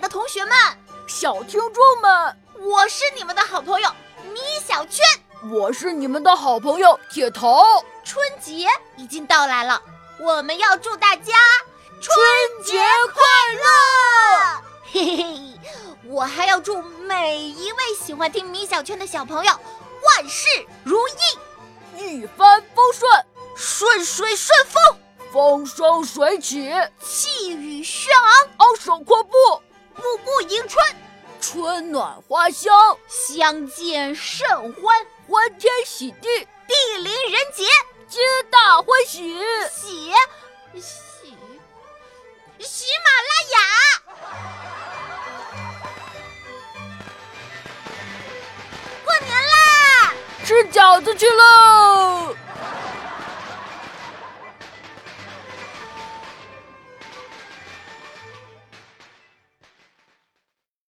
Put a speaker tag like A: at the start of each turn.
A: 的同学们、
B: 小听众们，
A: 我是你们的好朋友米小圈，
B: 我是你们的好朋友铁头。
A: 春节已经到来了，我们要祝大家
B: 春节快
A: 乐！嘿嘿，我还要祝每一位喜欢听米小圈的小朋友万事如
B: 意，一帆风顺，
A: 顺水顺风。
B: 风生水起，
A: 气宇轩昂，
B: 昂首阔步，
A: 步步迎春，
B: 春暖花香，
A: 相见甚欢，
B: 欢天喜地，
A: 地灵人杰，
B: 皆大欢喜，
A: 喜喜喜马拉雅，过年啦！
B: 吃饺子去喽！